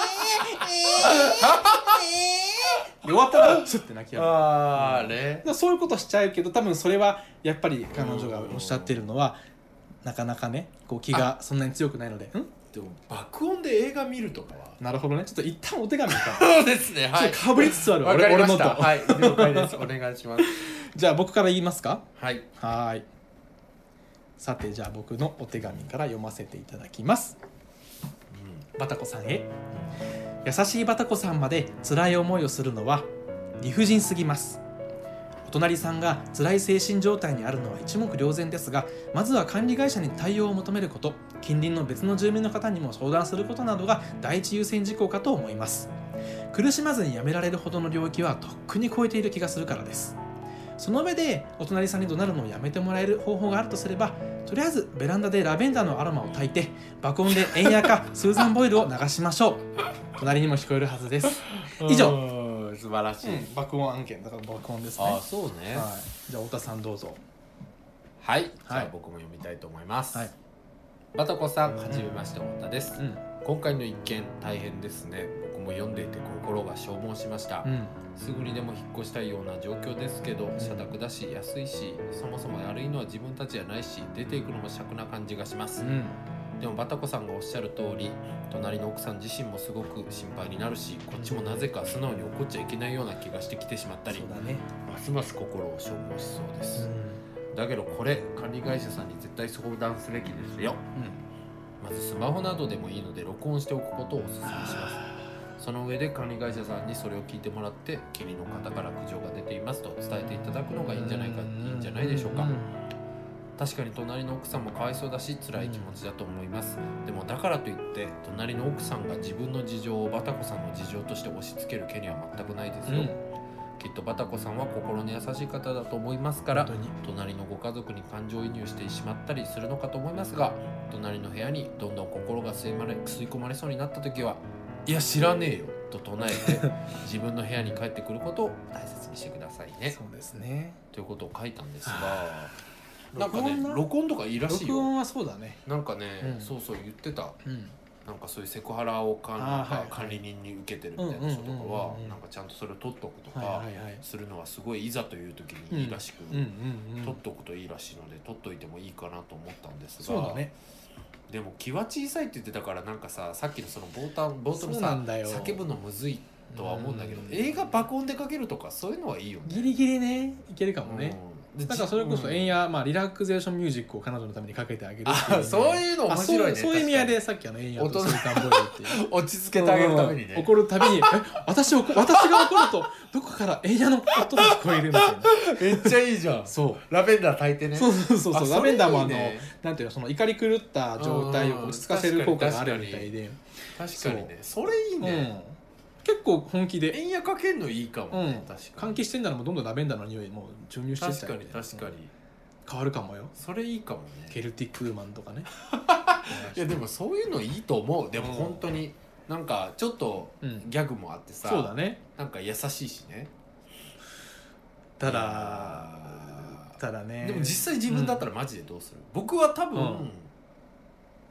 Speaker 1: で終わったらスッて泣きやむ
Speaker 2: ああね
Speaker 1: でそういうことしちゃうけど多分それはやっぱり彼女がおっしゃってるのはなかなかねこう気がそんなに強くないのでん
Speaker 2: でも爆音で映画見るとかは
Speaker 1: なるほどねちょっと一旦お手紙いか
Speaker 2: そうですね
Speaker 1: ちょっとかぶりつつある
Speaker 2: わか
Speaker 1: 俺
Speaker 2: り
Speaker 1: 俺
Speaker 2: ま
Speaker 1: の
Speaker 2: し
Speaker 1: と、
Speaker 2: たはい了解ですお願いします
Speaker 1: じゃあ僕から言いますか
Speaker 2: はい
Speaker 1: はーいさてじゃあ僕のお手紙から読ませていただきますバタコさんへ優しいバタコさんまで辛い思いをするのは理不尽すぎますお隣さんが辛い精神状態にあるのは一目瞭然ですがまずは管理会社に対応を求めること近隣の別の住民の方にも相談することなどが第一優先事項かと思います苦しまずにやめられるほどの領域はとっくに超えている気がするからですその上でお隣さんに怒鳴るのをやめてもらえる方法があるとすればとりあえずベランダでラベンダーのアロマを焚いて爆音でエンヤかスーザン・ボイルを流しましょう隣にも聞こえるはずです、以上
Speaker 2: 上素晴らしい、
Speaker 1: 爆音案件だから爆音ですね
Speaker 2: ああ
Speaker 1: は
Speaker 2: そうね
Speaker 1: い、じゃあ太田さんどうぞ
Speaker 2: はい、じゃあ僕も読みたいと思います、
Speaker 1: はい
Speaker 2: バタコさんはじめまして太田です、
Speaker 1: うん
Speaker 2: 今回の一件大変ですね僕も読んでいて心が消耗しました、
Speaker 1: うん
Speaker 2: すぐにでも引っ越したいような状況ですけど社宅だし安いしそもそも悪いのは自分たちじゃないし出ていくのも尺な感じがします、
Speaker 1: うん
Speaker 2: でもバタコさんがおっしゃる通り隣の奥さん自身もすごく心配になるしこっちもなぜか素直に怒っちゃいけないような気がしてきてしまったり
Speaker 1: そうだね
Speaker 2: ますます心を消耗しそうで
Speaker 1: う
Speaker 2: す
Speaker 1: ん、
Speaker 2: だけどこれ管理会社さんに絶対相談すべきですよまずスマホなどでもいいので録音しておくことをお勧めしますその上で管理会社さんにそれを聞いてもらってキリの方から苦情が出ていますと伝えていただくのがいいんじゃないかいいんじゃないでしょうか確かに隣の奥さんもかわいそうだし辛い気持ちだと思いますでもだからといって隣の奥さんが自分の事情をバタコさんの事情として押し付ける権利は全くないです
Speaker 1: うん
Speaker 2: よ、
Speaker 1: うん
Speaker 2: きっとバタコさんは心の優しい方だと思いますから
Speaker 1: 本当に
Speaker 2: 隣のご家族に感情移入してしまったりするのかと思いますが隣の部屋にどんどん心が吸いまれ吸い込まれそうになった時はいや知らねえよと唱 えて自分の部屋に帰ってくることを大切にしてくださいね
Speaker 1: そうですね
Speaker 2: ということを書いたんですがなん
Speaker 1: 録
Speaker 2: かね
Speaker 1: 音な
Speaker 2: 録音とかいいらしい
Speaker 1: 録
Speaker 2: よ
Speaker 1: 音はそうだね
Speaker 2: なんかね、
Speaker 1: うん
Speaker 2: そうそう言ってた
Speaker 1: うん
Speaker 2: なんかそういうセクハラをか
Speaker 1: あー
Speaker 2: なん
Speaker 1: はい
Speaker 2: か
Speaker 1: はい
Speaker 2: 管理人に受けてるみたいな人
Speaker 1: う
Speaker 2: とか
Speaker 1: んうんうん
Speaker 2: は
Speaker 1: うんうん
Speaker 2: なんかちゃんとそれを取っておくと
Speaker 1: はい
Speaker 2: か
Speaker 1: はいはい
Speaker 2: するのはすごいいざという時にいいらしく、
Speaker 1: うんうんう
Speaker 2: 取っ
Speaker 1: ん
Speaker 2: とくといいらしいので取っといてもいいかなと思ったんですが
Speaker 1: そうだね
Speaker 2: でも気は小さいって言ってたからなんかささっきのその冒頭冒頭の
Speaker 1: そうな
Speaker 2: さ
Speaker 1: んだよ
Speaker 2: 叫ぶのむずいとは思うんだけど、
Speaker 1: うん
Speaker 2: 映画爆音でかけるとかそういうのはいいよね。
Speaker 1: ギリギリねいけるかもね、
Speaker 2: うんで
Speaker 1: だからそれこそ
Speaker 2: うん
Speaker 1: 円や、まあ、リラクゼーションミュージックを彼女のためにかけてあげるって
Speaker 2: あそう
Speaker 1: う
Speaker 2: いうの
Speaker 1: のもあ
Speaker 2: 面白いね
Speaker 1: そうそういう意味合い
Speaker 2: 確
Speaker 1: でさっきあの円やと
Speaker 2: 大人
Speaker 1: スリカンボールって いう
Speaker 2: かに落ち着けてあげるために
Speaker 1: うん
Speaker 2: ね
Speaker 1: 怒るたびに「え私怒私が怒るとどこから円やの音が聞こえる」みたいな
Speaker 2: めっちゃいいじゃん
Speaker 1: そ
Speaker 2: ラベンダー炊いてね
Speaker 1: うそうそうそうそ
Speaker 2: あ
Speaker 1: う
Speaker 2: れ
Speaker 1: ラベンダーもあの
Speaker 2: いいね
Speaker 1: なんていうのその怒り狂った状態を落ち着かせる効果があるみたいで、
Speaker 2: 確かにねそれいいね、
Speaker 1: うん、結構本気で
Speaker 2: 円やかけるのいいかも
Speaker 1: うん
Speaker 2: ね、確か
Speaker 1: 換
Speaker 2: に
Speaker 1: 気してんならもうどんどんラベンダーの匂いもう注入してっ
Speaker 2: 確
Speaker 1: ちゃ
Speaker 2: か
Speaker 1: う
Speaker 2: に
Speaker 1: みたいな
Speaker 2: 確かに、
Speaker 1: 変わるかもよ
Speaker 2: それいいかもね
Speaker 1: ケルティックウーマンとかね
Speaker 2: いやでもそういうのいいと思うでも
Speaker 1: うん
Speaker 2: 本当になんかちょっと
Speaker 1: うん
Speaker 2: ギャグもあってさ、
Speaker 1: そうだね
Speaker 2: なんか優しいしね
Speaker 1: た
Speaker 2: い
Speaker 1: だ
Speaker 2: やー
Speaker 1: ただね
Speaker 2: でも実際自分だったらマジでどうする、僕は多分、
Speaker 1: うん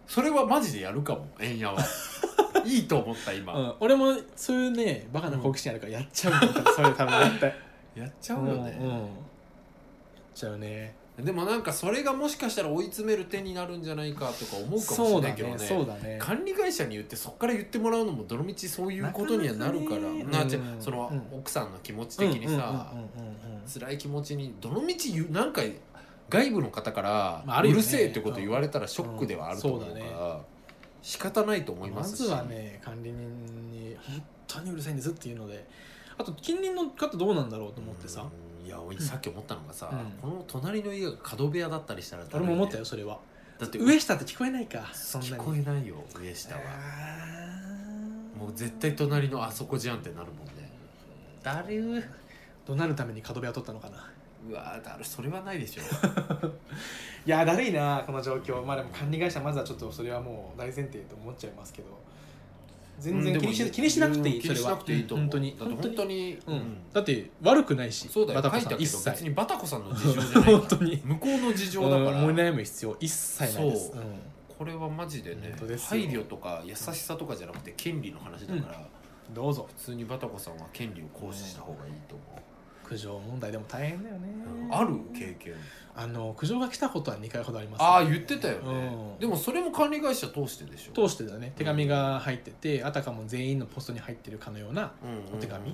Speaker 2: それはマジでやるかもえん やはいいと思った今、
Speaker 1: うん、俺もそういうねバカな好奇心あるからやっちゃうもん、それ多分絶 対
Speaker 2: やっちゃうよ
Speaker 1: うんうん
Speaker 2: ね、
Speaker 1: やっちゃうね
Speaker 2: でもなんかそれがもしかしたら追い詰める手になるんじゃないかとか思うかもしれないけどね
Speaker 1: そうだねそうだね
Speaker 2: 管理会社に言ってそこから言ってもらうのもどのみちそういうことにはなるから
Speaker 1: なかなかね
Speaker 2: なあちゃ
Speaker 1: うんん
Speaker 2: その
Speaker 1: うん
Speaker 2: 奥さんの気持ち的にさ
Speaker 1: うんうんうんうんうん
Speaker 2: 辛い気持ちにどのみち言うなんか外部の方から
Speaker 1: まああ
Speaker 2: う
Speaker 1: るよね
Speaker 2: るせえってこと言われたらショックではあると思うか
Speaker 1: うんそう
Speaker 2: ら仕方ないと思い
Speaker 1: ま
Speaker 2: ます
Speaker 1: ず
Speaker 2: し
Speaker 1: はね管理人に本当にうるさいんですっていうのであと近隣の方どうなんだろうと思ってさ、
Speaker 2: うんいや俺さっき思ったのがさ
Speaker 1: うん
Speaker 2: この隣の家が角部屋だったりしたら
Speaker 1: 俺も思ったよ
Speaker 2: よ
Speaker 1: それは
Speaker 2: だって
Speaker 1: 上下って聞こえないかそんなに
Speaker 2: 聞こえないよ上下はもう絶対隣のあそこじゃんってなるもんねだる
Speaker 1: 怒鳴るために角部屋取ったのかな
Speaker 2: うわーだるそれはないで しょ
Speaker 1: いやだるいなこの状況まあでも管理会社まずはちょっとそれはもう大前提と思っちゃいますけど全然気にし,、気にしなくていい
Speaker 2: うん気
Speaker 1: そ
Speaker 2: に
Speaker 1: れ
Speaker 2: し
Speaker 1: は
Speaker 2: なくていいと思う
Speaker 1: 本当に
Speaker 2: だって本当に
Speaker 1: うん
Speaker 2: うん
Speaker 1: だって悪くないし
Speaker 2: そうだよ
Speaker 1: バタ
Speaker 2: 書
Speaker 1: コさ
Speaker 2: いた
Speaker 1: ん
Speaker 2: け
Speaker 1: 一
Speaker 2: ど別
Speaker 1: 切
Speaker 2: にバタコさんの事情じゃない
Speaker 1: 本
Speaker 2: か
Speaker 1: 当に
Speaker 2: ら向こうの事
Speaker 1: う
Speaker 2: 情
Speaker 1: ん
Speaker 2: だ から、
Speaker 1: 思い悩む必要一切ないです
Speaker 2: そうこれはマジでね
Speaker 1: 本当ですよ
Speaker 2: 配慮とか優しさとかじゃなくて権利の話だから、
Speaker 1: うんどうぞ
Speaker 2: 普通にバタコさんは権利を行使した方がいいと思
Speaker 1: 苦情問題でも大変だよね
Speaker 2: う、ある経験
Speaker 1: あの苦情が来たことは2回ほどあります、
Speaker 2: ああ言ってたよね、
Speaker 1: うん
Speaker 2: でもそれも管理会社通してでしょ
Speaker 1: 通してだね手紙が入っててあたかも全員のポストに入ってるかのような
Speaker 2: うんうんうんうんう
Speaker 1: お
Speaker 2: ん
Speaker 1: 手紙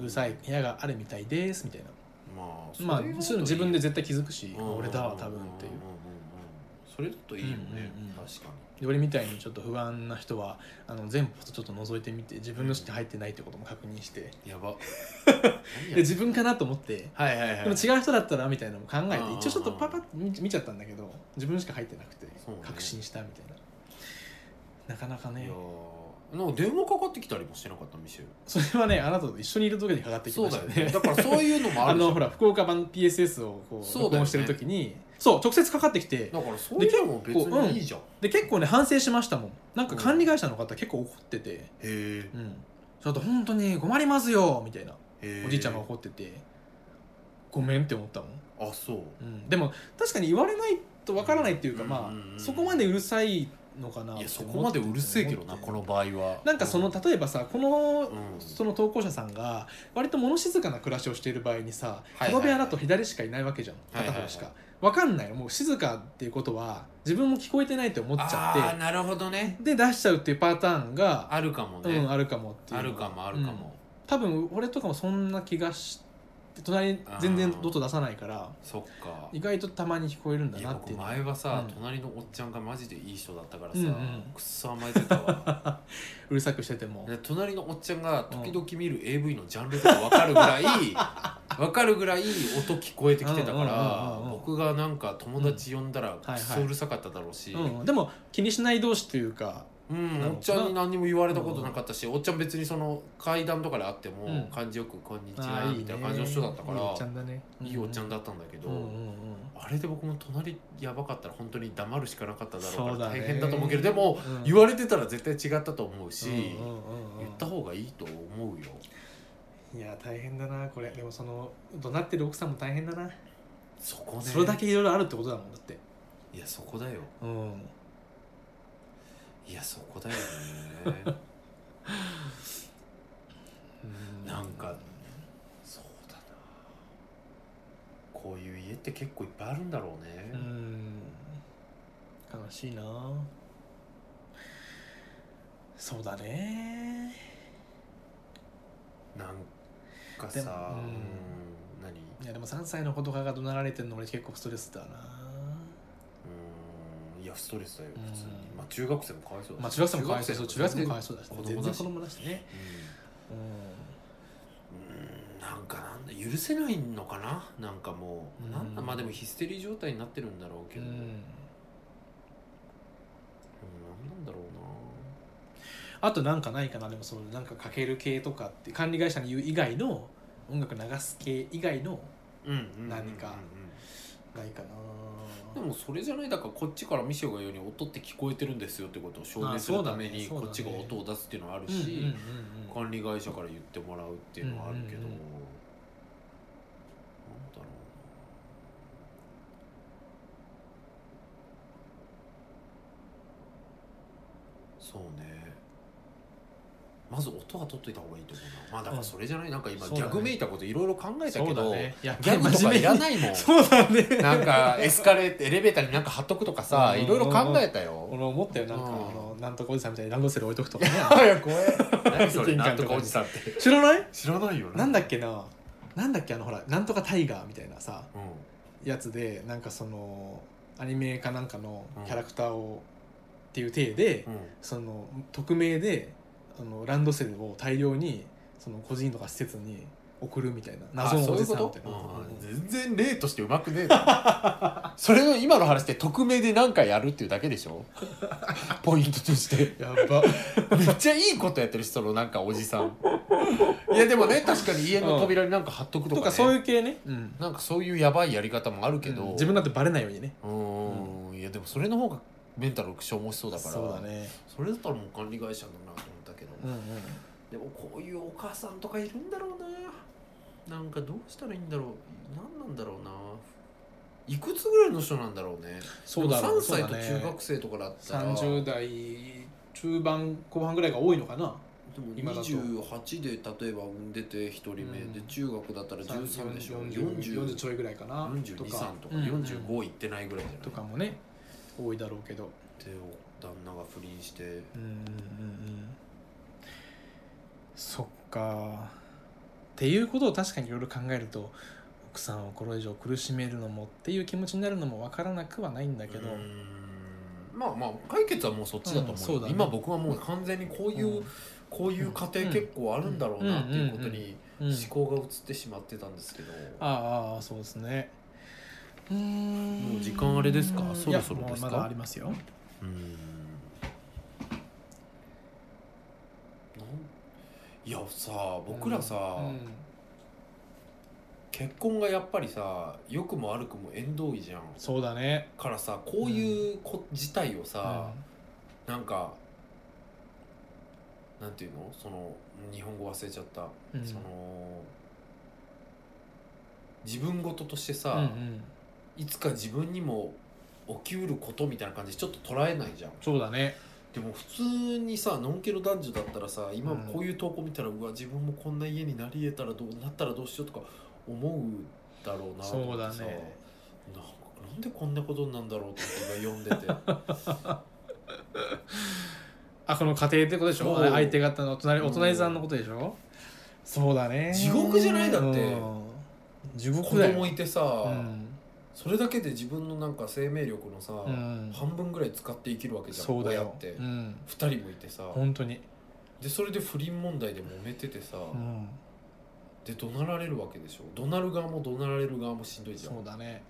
Speaker 1: うるさい部屋があるみたいですみたいな
Speaker 2: うまあ
Speaker 1: まあ
Speaker 2: れは
Speaker 1: そういうの自分で絶対気づくし
Speaker 2: うん
Speaker 1: 俺だわ多分ってい
Speaker 2: んんん
Speaker 1: うん
Speaker 2: それだといいよね、
Speaker 1: うんうんうん
Speaker 2: 確か
Speaker 1: で俺みたいにちょっと不安な人はあの全部ちょっと覗いてみて自分のして入ってないってことも確認して
Speaker 2: にやば何
Speaker 1: で
Speaker 2: や
Speaker 1: 自分かなと思って
Speaker 2: はいはいはい
Speaker 1: でも違う人だったらみたいなのも考え
Speaker 2: うんうんう
Speaker 1: て一
Speaker 2: ん
Speaker 1: 応ちょっとパパッと見見ちゃったんだけど自分しか入ってなくて
Speaker 2: そうね
Speaker 1: 確信したみたいななかなか
Speaker 2: い
Speaker 1: ね
Speaker 2: やーなんか電話かかってきたりもしてなかったミシェル
Speaker 1: それはねあなたと一緒にいる時にかかってき
Speaker 2: そ
Speaker 1: ま
Speaker 2: う
Speaker 1: し
Speaker 2: だ
Speaker 1: た
Speaker 2: よ
Speaker 1: よね
Speaker 2: ねだからそういうのも あ
Speaker 1: あ
Speaker 2: るじゃ
Speaker 1: の
Speaker 2: ん
Speaker 1: ほら福岡版 PSS をこう
Speaker 2: そ
Speaker 1: 録
Speaker 2: うだよね
Speaker 1: 音してる時にそう直接かかってきて
Speaker 2: だからそういうのも別
Speaker 1: で結構
Speaker 2: にいいじゃん、
Speaker 1: で結構ね反省しましたもんなんか管理会社の方結構怒ってて
Speaker 2: へ
Speaker 1: 「うん、ちょっと本当に困りますよ」みたいな
Speaker 2: え
Speaker 1: おじいちゃんが怒ってて「ごめん」って思ったもん、
Speaker 2: あそう
Speaker 1: うん、でも確かに言われないとわからないっていうかま
Speaker 2: うんうんう
Speaker 1: あ
Speaker 2: ん
Speaker 1: そこまでうるさいのかない
Speaker 2: や
Speaker 1: って
Speaker 2: そ
Speaker 1: 思って
Speaker 2: こまでうるせえけど
Speaker 1: 思
Speaker 2: な
Speaker 1: って
Speaker 2: この場合は
Speaker 1: なんかその例えばさこの
Speaker 2: うん
Speaker 1: その投稿者さんが割と物静かな暮らしをしている場合にさ
Speaker 2: はいはいはい
Speaker 1: この部屋だと左しかいないわけじゃん
Speaker 2: はい
Speaker 1: 片
Speaker 2: はいはい
Speaker 1: 方しかわかんないもう静かっていうことは自分も聞こえてないって思っち
Speaker 2: あ
Speaker 1: ゃ
Speaker 2: ーなるほどね
Speaker 1: ってで出しちゃうっていうパターンが
Speaker 2: あるかも
Speaker 1: う
Speaker 2: ね、
Speaker 1: んあるかもっていう
Speaker 2: あ
Speaker 1: の
Speaker 2: る
Speaker 1: が
Speaker 2: かもあるか
Speaker 1: うん
Speaker 2: も、
Speaker 1: 多分俺とかもそんな気がして隣全然音出さないから
Speaker 2: そっか
Speaker 1: 意外とたまに聞こえるんだ
Speaker 2: い
Speaker 1: な
Speaker 2: や
Speaker 1: って
Speaker 2: 僕
Speaker 1: いうの
Speaker 2: 前はさ、
Speaker 1: うん
Speaker 2: 隣のおっちゃんがマジでいい人だったからさ、
Speaker 1: うんうん
Speaker 2: くっそ甘えてたわ
Speaker 1: うるさくしてても
Speaker 2: で隣のおっちゃんが時々見る AV のジャンルとか分かるぐら い分かるぐらい音聞こえてきてたか
Speaker 1: うん
Speaker 2: ら
Speaker 1: うんうんうんうん
Speaker 2: 僕がなんか友達呼んだら
Speaker 1: い
Speaker 2: く
Speaker 1: はい
Speaker 2: っそうるさかっただろうし、
Speaker 1: うんでも気にしない同士というか
Speaker 2: うん、
Speaker 1: なるほどな
Speaker 2: おっちゃんに何にも言われたことなかったし、おっちゃん別にその階段とかで会っても、
Speaker 1: うん
Speaker 2: 感じよく「こんにち
Speaker 1: あ
Speaker 2: は」
Speaker 1: ーい
Speaker 2: み
Speaker 1: い
Speaker 2: た
Speaker 1: ね
Speaker 2: いな感じの人だったか
Speaker 1: いい
Speaker 2: ら
Speaker 1: おっちゃんだね
Speaker 2: いいおっちゃん
Speaker 1: だ
Speaker 2: だったんだけど、
Speaker 1: うんうんうん
Speaker 2: あれで僕も隣やばかったら本当に黙るしかなかっただろう
Speaker 1: そう
Speaker 2: か
Speaker 1: だ
Speaker 2: ら
Speaker 1: ね
Speaker 2: 大変だと思うけどでも、
Speaker 1: うん
Speaker 2: 言われてたら絶対違ったと思う
Speaker 1: う
Speaker 2: し、
Speaker 1: んうんうんうん
Speaker 2: 言った方がいいと思うよ
Speaker 1: いや大変だなこれでもその怒鳴ってる奥さんも大変だな、
Speaker 2: そこね
Speaker 1: それだけいろいろあるってことだもんだって
Speaker 2: いやそこだよ
Speaker 1: うん
Speaker 2: いやそこだよ ねなんかそうだなこういう家って結構いっぱいあるんだろうね、
Speaker 1: うん悲しいなそうだね
Speaker 2: なんか
Speaker 1: でも
Speaker 2: さ、
Speaker 1: うん
Speaker 2: うん何う
Speaker 1: いやでも3歳の子とかが怒鳴られてるの俺結構ストレスだな
Speaker 2: ーんいやストレスだよ普通に、
Speaker 1: うん
Speaker 2: まあ中学生もかわいそうだし
Speaker 1: まあ中学生もかわいそうそう中学生もかわい
Speaker 2: そ
Speaker 1: そうだしね
Speaker 2: 子供だし
Speaker 1: 全然子供だしね
Speaker 2: う、うん
Speaker 1: う
Speaker 2: うーんなんかなんだ許せないのかななんかもう、
Speaker 1: うん
Speaker 2: なんだまあでもヒステリー状態になってるんだろうけ
Speaker 1: ん、
Speaker 2: ど、
Speaker 1: う
Speaker 2: うん、
Speaker 1: ん、
Speaker 2: なんなんだろ
Speaker 1: あとなんかないかなでもそのなんかかける系とかって管理会社に言う以外の音楽流す系以外の
Speaker 2: うな、うんうんうんうん
Speaker 1: 何かないかな
Speaker 2: でもそれじゃないだからこっちからミシェが言うように音って聞こえてるんですよってことを証明するた
Speaker 1: あ
Speaker 2: めに
Speaker 1: そうだねそうだね
Speaker 2: こっちが音を出すっていうのはある
Speaker 1: うんうん
Speaker 2: し、
Speaker 1: うんうん
Speaker 2: 管理会社から言ってもらうっていうのはあるけど、
Speaker 1: うんうんうん
Speaker 2: なんだろうなそうねまず音は取っといた方がいいと思うなまあだからそれじゃないなんか今、
Speaker 1: そう
Speaker 2: ギ
Speaker 1: だね
Speaker 2: ャグめいたこといろいろ考えた
Speaker 1: そ
Speaker 2: け
Speaker 1: うだ
Speaker 2: ど、
Speaker 1: ねいや
Speaker 2: ギャグとかいら
Speaker 1: い
Speaker 2: ないもん
Speaker 1: そうだね
Speaker 2: なんかエスカレーターエレベーターになんか貼っとくとかさ
Speaker 1: うん
Speaker 2: いろいろ考えた
Speaker 1: 俺
Speaker 2: よ
Speaker 1: 思ったよなんかあ
Speaker 2: うん
Speaker 1: のなんとかおじさんみたいにランドセル置いとくとかね
Speaker 2: 早く怖え何それ
Speaker 1: 玄関
Speaker 2: なんとかおじさんって
Speaker 1: 知らない
Speaker 2: 知らないよ
Speaker 1: なんだっけななんだっけあのほらなんとかタイガーみたいなさ
Speaker 2: うん
Speaker 1: やつでなんかそのアニメかなんかの
Speaker 2: うん
Speaker 1: キャラクターを、っていう体で、
Speaker 2: うん
Speaker 1: その匿名であのランドセルを大量にその個人とか施設に送るみたいな謎のおじさんみたいな
Speaker 2: 全然例としてうまくねえなそれの今の話で匿名で何回やるっていうだけで しょポイント として
Speaker 1: やば
Speaker 2: めっちゃいいことやってるしそのなんかおじさんいやでもね確かに家の扉になんか貼っとくと
Speaker 1: と
Speaker 2: か,、ね
Speaker 1: かそういう系ね、うん、
Speaker 2: なんかそういうやばいやり方もあるけど、
Speaker 1: うん自分だってバレないようにね
Speaker 2: うーんいやでもそれの方がメンタル消耗しそうだから
Speaker 1: そうだね
Speaker 2: それだったらもう管理会社だなと思ったけど、
Speaker 1: うんうん
Speaker 2: でもこういうお母さんとかいるんだろうななんかどうしたらいいんだろう何なんだろうないくつぐらいの人なんだろうね
Speaker 1: そうだろう
Speaker 2: でも3歳
Speaker 1: そう
Speaker 2: と
Speaker 1: だね
Speaker 2: 中学生とかだったら、
Speaker 1: 30代中盤後半ぐらいが多いのかな
Speaker 2: でも
Speaker 1: 今だと
Speaker 2: 28で例えば産んでて1人目、
Speaker 1: うん
Speaker 2: で中学だったら13でしょ
Speaker 1: 40 40
Speaker 2: 40
Speaker 1: ちょいぐらいかな
Speaker 2: 42、3とか
Speaker 1: うんうん
Speaker 2: 45いってないぐらいじゃない、
Speaker 1: とかもね多いだろうけど
Speaker 2: で旦那が不倫して
Speaker 1: うんうんうんうんそっかっていうことを確かにいろいろ考えると奥さんをこれ以上苦しめるのもっていう気持ちになるのもわからなくはないんだけど、
Speaker 2: うーんまあまあ解決はもうそっち
Speaker 1: う
Speaker 2: だと
Speaker 1: ん
Speaker 2: 思う,、
Speaker 1: そうだね
Speaker 2: 今僕はもう完全にこういう、
Speaker 1: うん
Speaker 2: こういう過程結構あるんだろうなっていうことに
Speaker 1: うん、
Speaker 2: 思考が移ってしまってたんですけど、
Speaker 1: ああそうですねうーん
Speaker 2: もう時間あれですか
Speaker 1: いや
Speaker 2: そろそろですか
Speaker 1: もうまだありますよ
Speaker 2: うーんなんいやさ僕らさ、
Speaker 1: うん
Speaker 2: 結婚がやっぱりさ良くも悪くも縁遠いじゃん
Speaker 1: そうだね
Speaker 2: からさこういうこ事態をさ、なんかなんていうのその日本語忘れちゃった、
Speaker 1: うん
Speaker 2: その自分事として
Speaker 1: うん
Speaker 2: さ、
Speaker 1: うん
Speaker 2: いつか自分にも起きうることみたいな感じでちょっと捉えないじゃん
Speaker 1: そうだね
Speaker 2: でも普通にさのんけの男女だったらさ今
Speaker 1: うん
Speaker 2: こういう投稿見たら、うわ自分もこんな家になり得たらどうなったらどうしようとか思うだろうなと思ってさ
Speaker 1: そうだね
Speaker 2: なんかなんでこんなことになんだろうと思って今読ん でて
Speaker 1: あこの家庭ってことでしょ
Speaker 2: そう
Speaker 1: 相手方のお隣
Speaker 2: うん
Speaker 1: お隣さんのことでしょ、そうだね
Speaker 2: 地獄じゃないだって
Speaker 1: うん地獄
Speaker 2: 子
Speaker 1: だよ
Speaker 2: 供いてさ、
Speaker 1: うん
Speaker 2: それだけで自分のなんか生命力のさ、
Speaker 1: うん
Speaker 2: 半分ぐらい使って生きるわけじゃん
Speaker 1: そうだ
Speaker 2: 親
Speaker 1: よ
Speaker 2: っ、
Speaker 1: う
Speaker 2: て、二
Speaker 1: ん、
Speaker 2: 2人もいてさ
Speaker 1: 本当に、
Speaker 2: でそれで不倫問題で揉めててさ、
Speaker 1: うん、
Speaker 2: で怒鳴られるわけでしょ怒鳴る側も怒鳴られる側もしんどいじゃん
Speaker 1: そうだね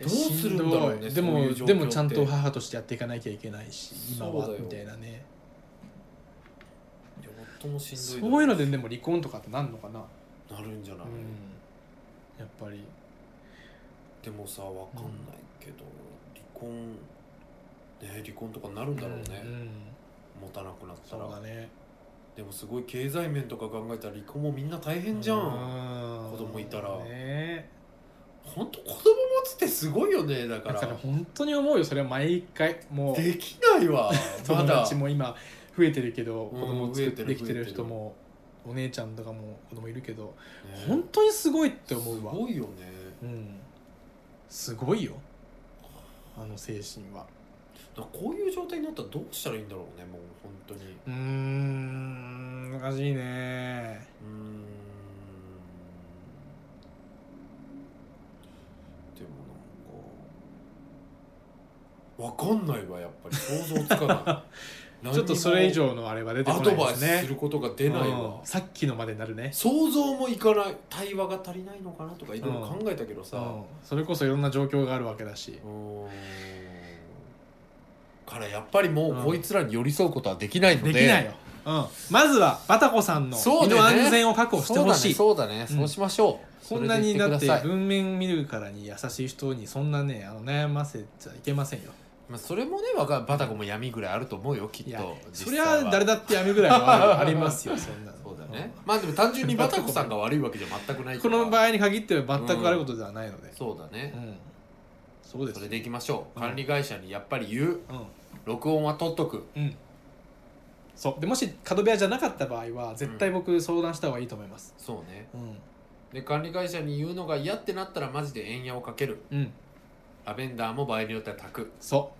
Speaker 2: どうするんだろうね
Speaker 1: しどいで
Speaker 2: そうい
Speaker 1: も
Speaker 2: う状況
Speaker 1: でもちゃん
Speaker 2: っ
Speaker 1: と
Speaker 2: て
Speaker 1: 母としてやっていかなきゃいけないし今は
Speaker 2: そうだよ
Speaker 1: みたいなね
Speaker 2: 両方もしんどい
Speaker 1: そ
Speaker 2: だろ
Speaker 1: ういうのででも離婚とかってなんのかな、
Speaker 2: なるんじゃない、
Speaker 1: うん、やっぱり
Speaker 2: でもさわかんないけど、離婚ね離婚とかなるんだろうね、
Speaker 1: んん
Speaker 2: 持たなくなっ
Speaker 1: そ
Speaker 2: た
Speaker 1: うだ
Speaker 2: ら
Speaker 1: ね
Speaker 2: でもすごい経済面とか考えたら離婚もみんな大変じゃん、
Speaker 1: うん
Speaker 2: 子供いたら
Speaker 1: ね
Speaker 2: ほんと子供持つってすごいよねだか
Speaker 1: だ
Speaker 2: ら
Speaker 1: から本当に思うよそれは毎回もう
Speaker 2: できないわま
Speaker 1: 友
Speaker 2: だ
Speaker 1: 達も今増えてるけど
Speaker 2: うん
Speaker 1: 子供作って
Speaker 2: 増
Speaker 1: で
Speaker 2: えてる
Speaker 1: きてる人もお姉ちゃんとかも子供いるけど
Speaker 2: ね
Speaker 1: 本当にすごいって思うわ
Speaker 2: すごいよね
Speaker 1: うんすごいよあの精神は
Speaker 2: だからこういう状態になったらどうしたらいいんだろうねもう本当にう
Speaker 1: うーん難しいね
Speaker 2: ーんでもなんかわかんないわやっぱり想像つかない何に も
Speaker 1: ちょっとそれ以上のあれは出て
Speaker 2: ア
Speaker 1: こな
Speaker 2: ド
Speaker 1: い
Speaker 2: バ
Speaker 1: で
Speaker 2: イ
Speaker 1: す
Speaker 2: ス
Speaker 1: ね
Speaker 2: することが出ないわ
Speaker 1: うんさっきのまでになるね
Speaker 2: 想像もいかない対話が足りないのかなとかいろいろ考えたけどさ、
Speaker 1: うんそれこそいろんな状況があるわけだし
Speaker 2: うーんからやっぱりもうこいつらに寄り添うことはできないので、
Speaker 1: できないよ、うん、まずはバタコさんの
Speaker 2: そう
Speaker 1: 身
Speaker 2: だよ
Speaker 1: の
Speaker 2: ね
Speaker 1: 安全を確保してほしい、
Speaker 2: そうだねそうだね、
Speaker 1: うん
Speaker 2: そうしましょう
Speaker 1: こんなにだって
Speaker 2: それでいてください
Speaker 1: 文面見るからに優しい人にそんなねあの悩ませちゃいけませんよ
Speaker 2: まあ、それもねわかバタコも闇ぐらいあると思うよきっ
Speaker 1: いや
Speaker 2: と
Speaker 1: そ
Speaker 2: 実
Speaker 1: り
Speaker 2: 際は
Speaker 1: ゃ誰だってやめぐらいはある ありますよそんなの
Speaker 2: そうだね、まあでも単純にバタコさんが悪いわけじゃ全くな
Speaker 1: う
Speaker 2: い
Speaker 1: ん
Speaker 2: か
Speaker 1: こ
Speaker 2: ら
Speaker 1: の場合に限っては全く悪いことではないので、
Speaker 2: そうだね
Speaker 1: う、んそうですよ
Speaker 2: それでいきましょ
Speaker 1: う
Speaker 2: う
Speaker 1: ん
Speaker 2: 管理会社にやっぱり言う
Speaker 1: うん
Speaker 2: 録音は取っとく
Speaker 1: うんそうでもし角部屋じゃなかった場合は絶対僕相談した方がいいと思います
Speaker 2: そうね
Speaker 1: うん
Speaker 2: で管理会社に言うのが嫌ってなったらマジで円矢をかける
Speaker 1: うん
Speaker 2: ラベンダーも場合によっては炊く
Speaker 1: そ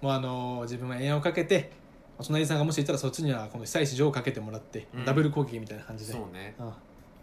Speaker 1: うもうあのー自分は円をかけてお隣さんがもしいたらそっちにはこの被災地上をかけてもらって、
Speaker 2: うん
Speaker 1: ダブル攻撃みたいな感じで、
Speaker 2: そうね
Speaker 1: うん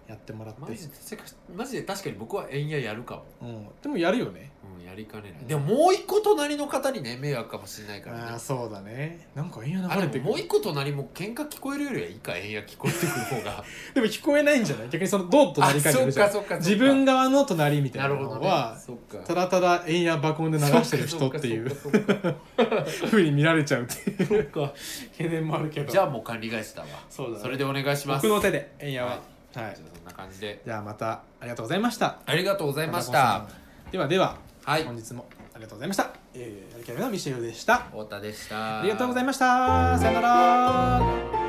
Speaker 1: やってもらって
Speaker 2: マジでせかマジで確かに僕は円矢やるかも、
Speaker 1: うん、でもやるよね
Speaker 2: うん、やりかねないでももう一個隣の方にね迷惑かもしれないから
Speaker 1: あ
Speaker 2: ね
Speaker 1: あそうだねなんか円を
Speaker 2: あ
Speaker 1: 流れて
Speaker 2: で
Speaker 1: く
Speaker 2: ももう
Speaker 1: る
Speaker 2: 一個隣も喧嘩聞こえるよりはいいか円や聞こえてくる方が
Speaker 1: でも聞こえないんじゃない逆にそのどうとなりかけ
Speaker 2: そ
Speaker 1: る
Speaker 2: っ
Speaker 1: じゃ
Speaker 2: か
Speaker 1: ん
Speaker 2: そっか
Speaker 1: 自分側の隣みたい
Speaker 2: な
Speaker 1: な
Speaker 2: る
Speaker 1: の
Speaker 2: ほどね
Speaker 1: は、
Speaker 2: そっか
Speaker 1: ただただ円や爆音で流してる人っていう
Speaker 2: そっかそっか
Speaker 1: ふうに見られちゃうっていう
Speaker 2: そっか
Speaker 1: 懸念もあるけど
Speaker 2: じゃあもう管理会社だわ
Speaker 1: そうだね
Speaker 2: それでお願いします
Speaker 1: 僕の手で円やは
Speaker 2: はい
Speaker 1: はい、
Speaker 2: じゃあそんな感じで
Speaker 1: じゃあまたありがとうございました
Speaker 2: ありがとうございまし
Speaker 1: 花
Speaker 2: た
Speaker 1: 子さんではでは
Speaker 2: はい
Speaker 1: 本日もありがとうございました。えー、やる気あるのミシェルでした。
Speaker 2: 太田でした
Speaker 1: ありがとうございました。さよなら。